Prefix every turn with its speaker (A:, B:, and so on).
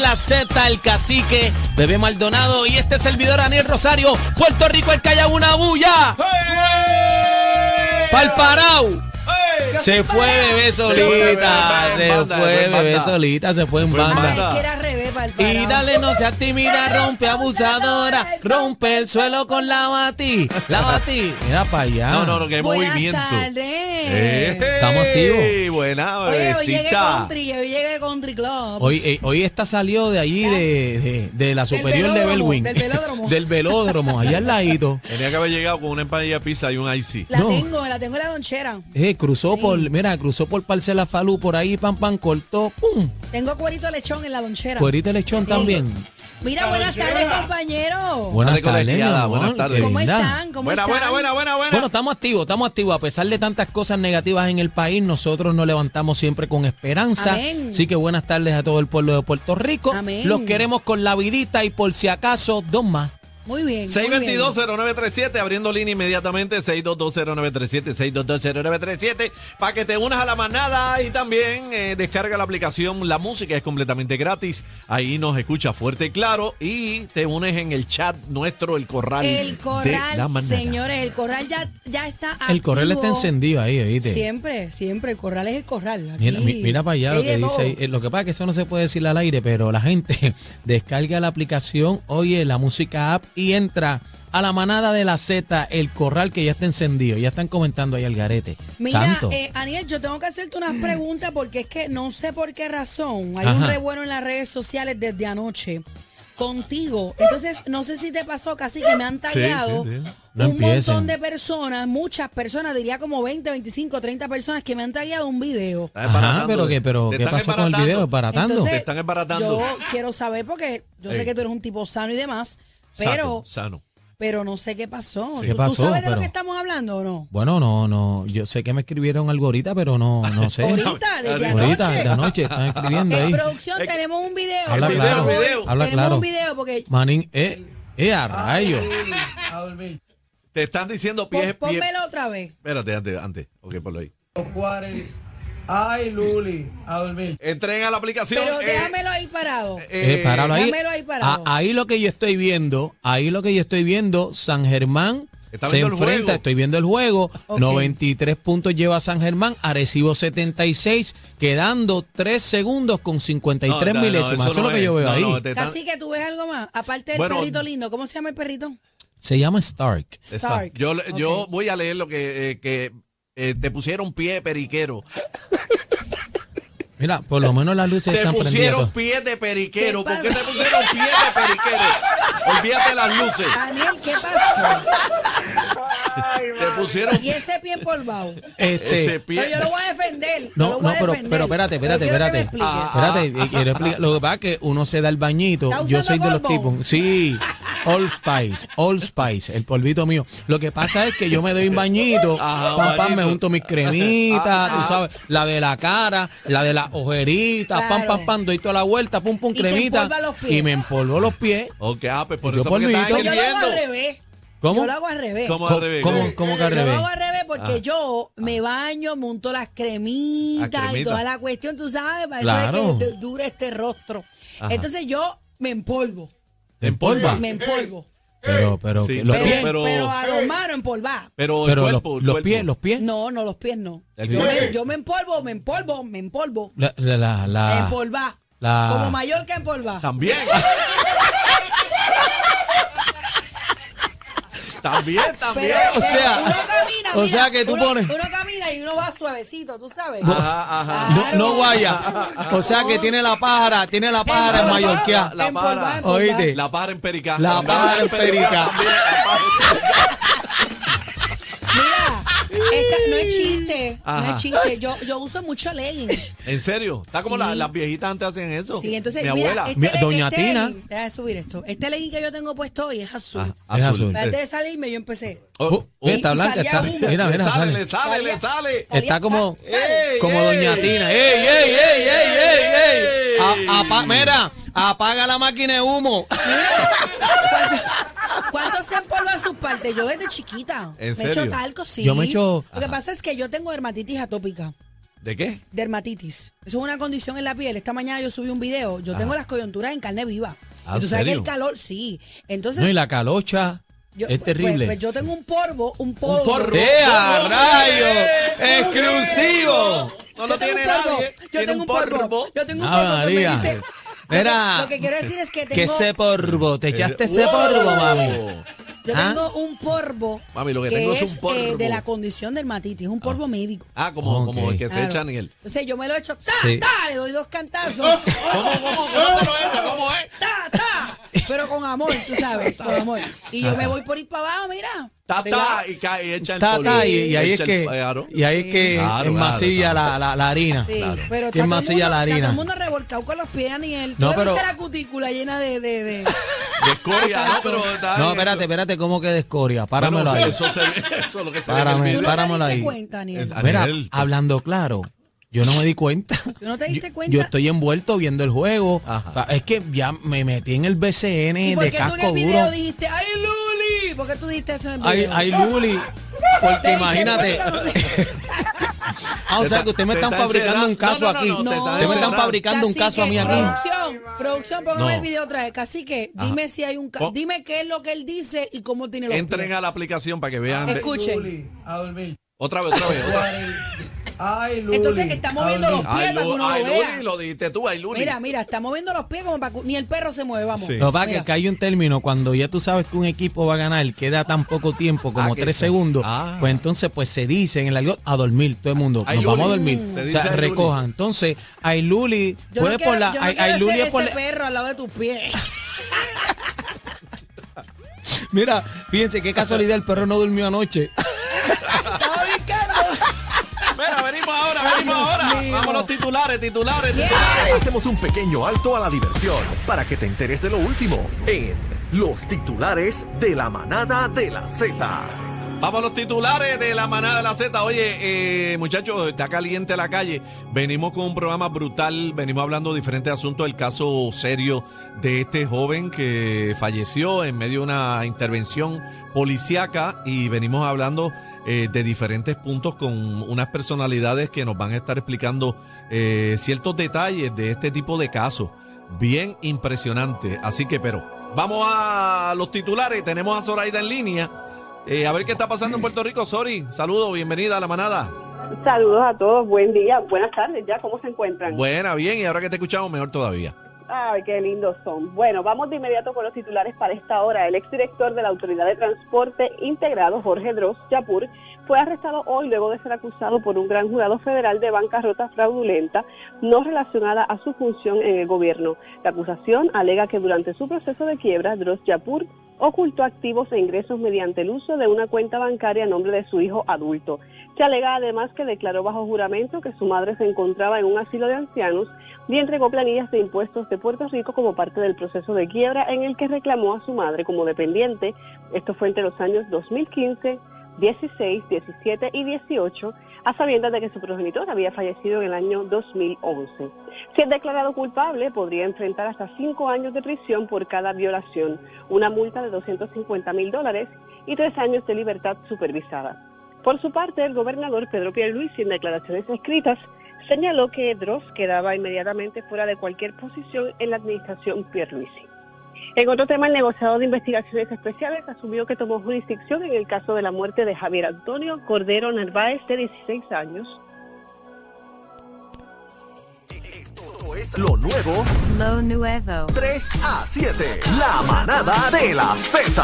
A: la Z, el cacique, Bebé Maldonado y este servidor Daniel Rosario, Puerto Rico, el Callao, una bulla. Pa'l Parau. Se fue bebé solita,
B: Se fue, bebé,
A: se
B: banda, se fue
A: fue
B: en
A: bebé
B: banda.
A: solita, se fue en
B: banda.
A: banda.
C: que era al revés, Bárbara.
A: Y dale, no seas tímida, rompe abusadora, rompe el suelo con la batí, la batí. Mira para allá.
B: No, no, no, que hay
C: Buenas
B: movimiento.
C: tardes.
B: Eh,
A: Estamos activos.
B: Buena,
C: Oye, hoy llegué
B: bebecita.
C: country, hoy llegué country club.
A: Hoy, eh, hoy esta salió de allí, de, de- de la superior de
C: velódromo,
A: Belwin.
C: del velódromo.
A: Del velódromo, allá al ladito.
B: Tenía que haber llegado con una empanilla de pizza y un IC.
C: la
A: no.
C: tengo, la tengo en la lonchera.
A: Eh, cruzó por, mira, cruzó por Parcela Falú, por ahí, pam, pam, cortó, pum.
C: Tengo cuerito de lechón en la lonchera.
A: Cuerita de lechón también.
C: Mira, buenas tardes, compañero.
A: Buenas
B: Tarde
A: tardes, mi
B: colegiada,
A: amor,
B: buenas tardes.
A: qué
C: ¿Cómo
A: linda.
C: están? ¿Cómo
B: Buena,
C: están?
B: buena, buena, buena, buena.
A: Bueno, estamos activos, estamos activos. A pesar de tantas cosas negativas en el país, nosotros nos levantamos siempre con esperanza.
C: Amén.
A: Así que buenas tardes a todo el pueblo de Puerto Rico.
C: Amén.
A: Los queremos con la vidita y por si acaso, dos más.
C: Muy bien. muy bien.
A: eh.
B: 622-0937, abriendo línea inmediatamente, 622-0937, 622-0937, para que te unas a la manada y también eh, descarga la aplicación La Música, es completamente gratis, ahí nos escucha fuerte y claro y te unes en el chat nuestro, el corral.
C: El
B: de la
C: corral,
B: manada.
C: señores, el corral ya, ya está
A: El correo está
C: activo.
A: encendido ahí, ¿viste?
C: Siempre, siempre, el corral es el corral. Aquí
A: Mira, mi- mira para allá lo
C: hay de
A: que dice.
C: todo.
A: ahí. Eh, Lo que pasa es que eso no se puede decir al aire, pero la gente descarga la aplicación, oye la música app y entra a la manada de la Z, el corral que ya está encendido. Ya están comentando ahí al garete.
C: Mira,
A: Santo.
C: eh, Aniel, yo tengo que hacerte unas preguntas porque es que no sé por qué razón. Hay un
A: Ajá.
C: revuelo en las redes sociales desde anoche contigo. Entonces, no sé si te pasó casi que me han tallado
B: sí, sí.
A: No
C: un
A: empiecen.
C: montón de personas, muchas personas, diría como 20, 25, 30 personas que me han tallado un video.
B: Estás
A: Ajá,
B: embaratando,
A: pero, ¿qué, pero
B: te
A: ¿qué
B: están
A: pasó con el
B: embaratando.
A: video? ¿Paratando?
C: Entonces,
B: Te están embaratando.
C: Yo quiero saber porque yo
B: Ey.
C: sé que tú eres un tipo sano y demás,
B: Sano,
C: pero,
B: sano.
C: pero no sé qué pasó.
A: Sí.
C: ¿Tú-
A: ¿Qué pasó?
C: ¿Tú sabes de
A: Pero-
C: lo que estamos hablando o no?
A: Bueno, no, no. Yo sé que me escribieron algo ahorita, pero no, no sé.
C: Ahorita, desde
A: Ahorita,
C: anoche.
A: de anoche, están escribiendo
C: En
A: ahí.
C: producción
B: Es que-
C: tenemos un video.
A: Habla
C: por
A: claro,
C: favor.
B: video.
A: habla
C: tenemos
A: claro.
C: un video porque
A: Manín, eh, eh, a rayo.
B: Te están diciendo
C: pon-
B: pies, pies.
C: pónmelo otra vez.
B: Espérate, antes, antes. Ok, ponlo ahí.
D: Juárez. Ay, Luli, a dormir.
B: Entren a la aplicación.
C: Pero
B: eh,
C: déjamelo ahí parado.
B: eh,
A: Eh, páralo ahí.
C: dámelo ahí parado.
A: Ah, ahí lo que yo estoy viendo, ahí lo que yo estoy viendo, San Germán
B: Está
A: se
B: viendo el juego.
A: enfrenta, estoy viendo el juego,
C: Ok.
A: 93 puntos lleva San Germán, Arecibo 76, quedando 3 segundos con 53
B: no, no,
A: milésimas. eso, es
B: no
A: lo que yo veo
B: No,
A: ahí.
B: no, te están-
C: Casi que tú ves algo más. Aparte del
B: Bueno,
C: perrito lindo. ¿Cómo se llama el perrito?
A: Se llama Stark.
C: Stark.
B: Yo, yo
C: Ok.
B: voy a leer lo que, eh, que eh, te pusieron pie periquero.
A: Mira, por lo menos las luces
B: Te
A: están
B: pusieron
A: prendidas.
B: pie de periquero.
C: ¿Qué
B: ¿Por qué te
C: pasa?
B: pusieron pie de periquero? Olvídate las luces.
C: Daniel, ¿qué pasó?
B: Te pusieron
C: Y ese pie empolvado.
A: Este,
B: ese
C: No,
B: pie.
C: yo lo voy a defender. yo
A: No,
C: lo voy
A: no,
C: a
A: pero,
C: defender.
A: pero espérate, espérate,
C: quiero que me
A: espérate.
C: explique.
B: Ah,
A: Espérate, eh, quiero explicar. Lo que pasa es que uno se da el bañito.
C: ¿Está
A: Yo
C: usando
A: soy de los
C: polvo?
A: tipos. Sí, Old Spice, Old Spice, el polvito mío. Lo que pasa es que yo me doy un bañito, pam,
B: Ajá,
A: pam,
B: bañito.
A: me junto mis cremitas,
B: Ah, ah.
A: tú sabes, la de la cara, la de las ojeritas, pam,
C: Claro.
A: pam, pam, doy toda la vuelta, pum, pum,
C: Y te
A: cremita.
C: empolva los pies.
A: Y me empolvo los pies.
B: Ok, ah, pues por
A: Yo
B: eso porque
A: polvito.
B: están
C: Pues yo lo hago
B: hirviendo.
C: al revés.
A: ¿Cómo?
C: Yo lo hago al revés.
B: ¿Cómo al
A: ¿Cómo-
B: revés?
A: cómo- cómo que al
C: Yo
A: revés? Ah.
C: lo hago al revés porque yo me baño, monto las cremitas
B: Ah, cremita.
C: y toda la cuestión, tú sabes, para
A: Claro.
C: eso es que du- dura este rostro. Entonces yo me empolvo,
A: Te empolva.
C: me empolvo.
A: Pero, pero,
B: Sí,
A: que los
C: Pero,
A: pies.
B: pero-
C: pero, a lo malo empolvar.
B: Pero, el
A: Pero los,
B: cuerpo, el
A: los
B: cuerpo.
A: pies, los pies.
C: No, no, los pies no.
B: El
C: Yo
B: cuerpo.
C: me, yo me empolvo, me empolvo, me empolvo.
A: La, la, la, la-
C: empolvar.
A: Ah. la-
C: Como mayor que empolvar.
B: También. también, también.
C: Pero,
A: O
C: o
A: sea,
C: sea, uno camina,
A: o
C: mira,
A: sea que tú
C: uno-
A: pones- Ah,
C: Uno camina y uno va suavecito, tú sabes.
B: Ajá, Ah, ajá.
A: No,
C: Claro.
A: no guaya. O sea que tiene la pájara, tiene la pájara en
C: Empolvado,
A: Mallorquía.
B: La
C: empolvado,
B: para.
C: empolvado.
A: Oíste.
B: La pájara en perica.
A: La pájara en perica.
B: también, la pájara en perica.
C: Mira, esta, no es chiste,
B: Ajá.
C: no es chiste. Yo, yo uso mucho leggings.
B: ¿En serio? Está como
C: Sí.
B: la- las viejitas antes hacen eso.
C: Sí, entonces,
B: Mi
C: mira,
B: abuela.
C: este
A: Mira,
C: le-
A: doña
C: este
A: Tina.
C: legging- deja de subir esto. Este legging que yo tengo puesto hoy es azul.
B: Ah,
A: Es azul.
C: Antes de salirme, yo empecé.
B: Oh,
A: Uh,
B: oh,
A: mira, está
C: y
A: blanca,
C: salía
A: está.
C: humo.
A: Mira,
B: le
A: mira,
B: sale,
A: sale.
B: le sale, le sale.
A: Está como,
B: Ey,
A: como
B: ey.
A: Doña Tina. ¡Ey, ey, ey, ey, ey, ey! A- apa- mira, apaga la máquina de humo.
C: ¿Cuánto se empolva sus partes? Yo desde chiquita.
B: ¿En
C: Me echo
B: serio?
C: talco, sí.
A: Yo me echo-
C: Lo que pasa es que yo tengo dermatitis atópica.
B: ¿De qué?
C: dermatitis. Eso es una condición en la piel. Esta mañana yo subí un video. Yo tengo las coyunturas en carne viva.
B: Ah, ¿en
C: Entonces, ¿sabes que
B: serio?
C: el calor? Sí. Entonces,
A: No, y la calocha
C: yo-
A: es
C: pues-
A: terrible.
C: Pues, yo tengo un polvo, un polvo.
B: porro.
C: Yo
A: ¡Ea, rayos!
B: ¡Exclusivo! No lo
C: tengo
B: tiene
C: un polvo,
B: nadie.
C: Yo
B: Tiene
C: tengo un polvo. Yo tengo un
A: Ave
C: polvo que me
A: María.
C: dice.
A: Mira.
C: Lo que quiero decir es que
A: ¿Qué
C: tengo,
A: ese porbo? ¿Te echaste ese
B: ¡Wow!
A: porbo, mami?
C: yo
A: ¿Ah?
C: tengo un polvo eh,
B: Mami, lo que tengo es un polvo.
C: de la condición dermatitis, un polvo médico.
B: Ah, como,
A: Ok.
B: como el que se
C: Claro.
B: echan en el.
C: O sea, yo me lo echo, ¡ta,
A: Sí.
C: ta! Le doy dos cantazos.
B: ¿Cómo, cómo, cómo te lo echas? ¿Cómo es?
C: ta, ta, pero con amor, tú sabes, con amor. Y yo me voy por ir para abajo, mira.
B: Ta, ta,
C: Relax.
B: y cae, y echa el
A: Ta,
B: polvo.
A: ta, y, y ahí es
B: Echa el ah,
A: que,
B: pájaro.
A: y ahí es que
B: Claro,
A: es
B: claro,
A: masilla
B: claro.
A: la, la, la harina.
C: Sí, pero
A: ¿Quién
C: está
A: más
C: todo el
A: silla la
C: mundo- Está todo
A: harina?
C: el mundo revolcado con los pies, Daniel.
A: No,
C: No, pero...
A: pero-
C: la cutícula llena de... de, de...
B: De escoria, ¿no? Pero está
A: No,
B: bien.
A: espérate, espérate, ¿cómo que de escoria?
B: Bueno,
A: Páramelo ahí.
B: Eso, se ve, eso es lo que se
A: Párame.
B: ve en el video.
C: ¿Tú no te
A: Páramelo
C: diste
A: ahí.
C: cuenta, Daniel?
B: Ah,
A: Mira,
B: Daniel, por-
A: hablando claro, yo no me di cuenta.
C: ¿Tú no te diste
A: Yo-
C: cuenta?
A: Yo estoy envuelto viendo el juego. Ah,
B: Ajá.
A: Es que ya me metí en el
C: ¿Y
A: BCN
C: por
A: de
C: qué tú en
A: casco
C: el video
A: duro.
C: dijiste, ¡Ay, Luli! ¿Por qué tú dijiste eso en el
A: Ay,
C: video?
A: ay, Luli. Porque
C: Te diste
A: imagínate.
C: cuenta,
A: Ah, o sea que ustedes me
B: Te
A: están
B: está
A: fabricando un caso
B: encerrando. No,
A: aquí.
B: no, no,
C: No.
A: Ustedes me están
B: encerrando.
A: fabricando un caso a mí
C: Cacique,
A: aquí.
C: Producción, producción, póngame
B: No.
C: el video otra vez. Cacique, dime si hay un... ca-
B: Co-
C: Dime qué es lo que él dice y cómo tiene los
B: Entren
C: pies.
B: a la aplicación para que vean. de-
C: Escucha. Escuchen.
D: Luli, a dormir.
B: Otra vez, otra vez. Otra vez.
D: Ay, Luli.
C: Entonces, que está
D: a
C: moviendo
D: dormir.
C: los pies para que
B: Lu-
C: uno
B: ay,
C: lo vea.
B: Luli, lo dijiste tú, ay, Luli.
C: Mira, mira, está moviendo los pies como para que ni el perro se mueve, vamos.
B: Sí.
A: Lo que pasa es
C: Mira.
A: que hay un término cuando ya tú sabes que un equipo va a ganar, queda tan poco tiempo como
B: Ah, que
A: tres
B: sí.
A: segundos,
B: Ah.
A: pues entonces pues se dice en el algo a dormir todo el mundo,
B: Ay,
A: nos vamos a
B: Luli.
A: dormir,
B: Mm. Se
A: o
B: dice,
A: sea,
B: "Ay, Luli".
A: recojan. Entonces, ay Luli,
C: Yo
A: fue
C: no
A: por
C: quiero,
A: la
C: yo no
A: ay,
C: quiero
A: ay, Luli
C: ese,
A: es por
C: ese
A: la-
C: perro al lado de tus pies.
A: Mira, fíjense qué casualidad el perro no durmió anoche.
C: Estaba brincando.
B: Mira, venimos ahora, venimos
C: Dios
B: ahora.
C: mío.
B: Vamos los titulares, titulares.
C: Yeah.
E: Hacemos un pequeño alto a la diversión para que te enteres de lo último en los titulares de la manada de la Z.
B: Vamos a los titulares de la manada de la Z. Oye, eh, muchachos, está caliente la calle. Venimos con un programa brutal. Venimos hablando de diferentes asuntos. El caso serio de este joven que falleció en medio de una intervención policíaca. Y venimos hablando eh, de diferentes puntos con unas personalidades que nos van a estar explicando eh, ciertos detalles de este tipo de casos. Bien impresionante. Así que, pero, vamos a los titulares. Tenemos a Zoraida en línea. Eh, a ver qué está pasando en Puerto Rico, Sori. Saludos, bienvenida a la manada.
F: Saludos a todos, buen día, buenas tardes, ya, ¿cómo se encuentran?
B: Buena, bien, y ahora que te escuchamos mejor todavía.
F: Ay, qué lindos son. Bueno, vamos de inmediato con los titulares para esta hora. El exdirector de la Autoridad de Transporte Integrado, Jorge Droz Yapur, fue arrestado hoy luego de ser acusado por un gran jurado federal de bancarrota fraudulenta no relacionada a su función en el gobierno. La acusación alega que durante su proceso de quiebra, Droz Yapur ocultó activos e ingresos mediante el uso de una cuenta bancaria a nombre de su hijo adulto. Se alega además que declaró bajo juramento que su madre se encontraba en un asilo de ancianos y entregó planillas de impuestos de Puerto Rico como parte del proceso de quiebra en el que reclamó a su madre como dependiente. Esto fue entre los años 2015, 16, 17 y 18, a sabiendas de que su progenitor había fallecido en el año 2011. Si es declarado culpable, podría enfrentar hasta cinco años de prisión por cada violación, una multa de 250 mil dólares y tres años de libertad supervisada. Por su parte, el gobernador Pedro Pierluisi, en declaraciones escritas, señaló que Dross quedaba inmediatamente fuera de cualquier posición en la administración Pierluisi. En otro tema, el negociador de investigaciones especiales asumió que tomó jurisdicción en el caso de la muerte de Javier Antonio Cordero Narváez, de 16 años,
E: Esto es lo nuevo
G: Lo nuevo.
E: 3 a 7. La manada de la Z.